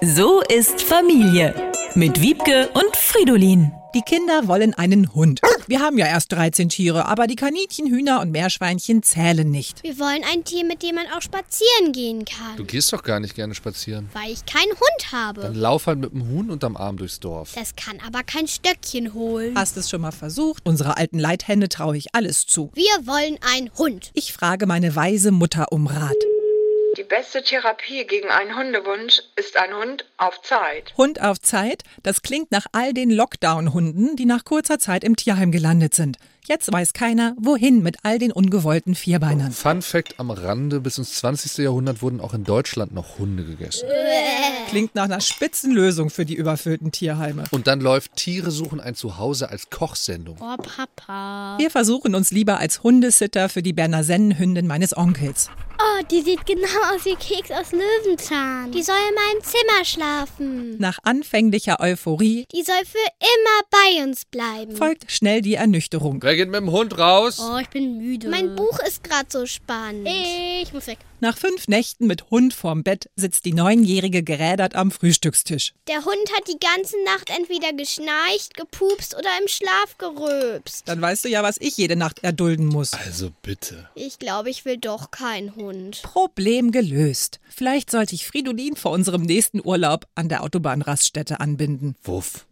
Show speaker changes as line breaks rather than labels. So ist Familie mit Wiebke und Fridolin.
Die Kinder wollen einen Hund. Wir haben ja erst 13 Tiere, aber die Kaninchen, Hühner und Meerschweinchen zählen nicht.
Wir wollen ein Tier, mit dem man auch spazieren gehen
Du
kann,
gehst doch gar nicht gerne spazieren.
weil ich keinen Hund habe.
Dann lauf halt mit dem Huhn unterm Arm durchs Dorf.
Das kann aber kein Stöckchen holen.
Hast es schon mal versucht? Unsere alten Leithände traue ich alles zu.
Wir wollen einen Hund.
Ich frage meine weise Mutter um Rat.
Die beste Therapie gegen einen Hundewunsch ist ein Hund auf Zeit.
Hund auf Zeit, das klingt nach all den Lockdown-Hunden, die nach kurzer Zeit im Tierheim gelandet sind. Jetzt weiß keiner, wohin mit all den ungewollten Vierbeinern.
Fun Fact am Rande: Bis ins 20. Jahrhundert wurden auch in Deutschland noch Hunde gegessen.
Klingt nach einer spitzen Lösung für die überfüllten Tierheime.
Und dann läuft Tiere suchen ein Zuhause als Kochsendung.
Oh, Papa.
Wir versuchen uns lieber als Hundesitter für die Berner Sennenhündin meines Onkels.
Oh, die sieht genau aus wie Keks aus Löwenzahn. Die soll in meinem Zimmer schlafen.
Nach anfänglicher Euphorie
Die soll für immer bei uns bleiben.
folgt schnell die Ernüchterung.
Wer geht mit dem Hund raus?
Oh, ich bin müde.
Mein Buch ist gerade so spannend.
Ich muss weg.
Nach fünf Nächten mit Hund vorm Bett sitzt die Neunjährige gerädert am Frühstückstisch.
Der Hund hat die ganze Nacht entweder geschnarcht, gepupst oder im Schlaf geröbst.
Dann weißt du ja, was ich jede Nacht erdulden muss.
Also bitte.
Ich glaube, ich will doch keinen Hund.
Problem gelöst. Vielleicht sollte ich Fridolin vor unserem nächsten Urlaub an der Autobahnraststätte anbinden.
Wuff.